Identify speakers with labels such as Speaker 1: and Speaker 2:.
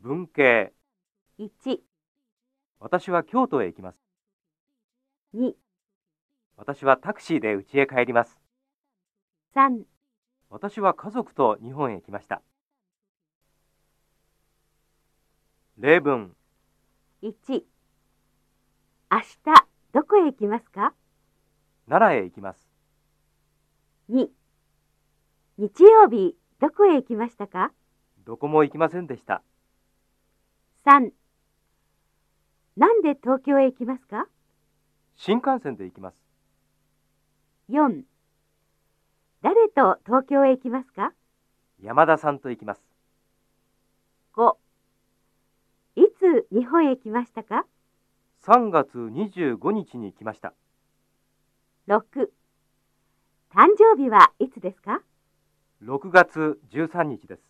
Speaker 1: 文系。
Speaker 2: 1、
Speaker 1: 私は京都へ行きます。
Speaker 2: 2、
Speaker 1: 私はタクシーで家へ帰ります。
Speaker 2: 3、
Speaker 1: 私は家族と日本へ来ました。例文、
Speaker 2: 1。明日、どこへ行きますか
Speaker 1: 奈良へ行きます。
Speaker 2: ?2。日曜日、どこへ行きましたか
Speaker 1: どこも行きませんでした。
Speaker 2: ?3。なんで東京へ行きますか
Speaker 1: 新幹線で行きます。
Speaker 2: ?4。誰と東京へ行きますか
Speaker 1: 山田さんと行きます。
Speaker 2: ?5。いつ日本へ来ましたか
Speaker 1: 3月25日に来ました。
Speaker 2: ?6。誕生日はいつですか
Speaker 1: 6月13日です。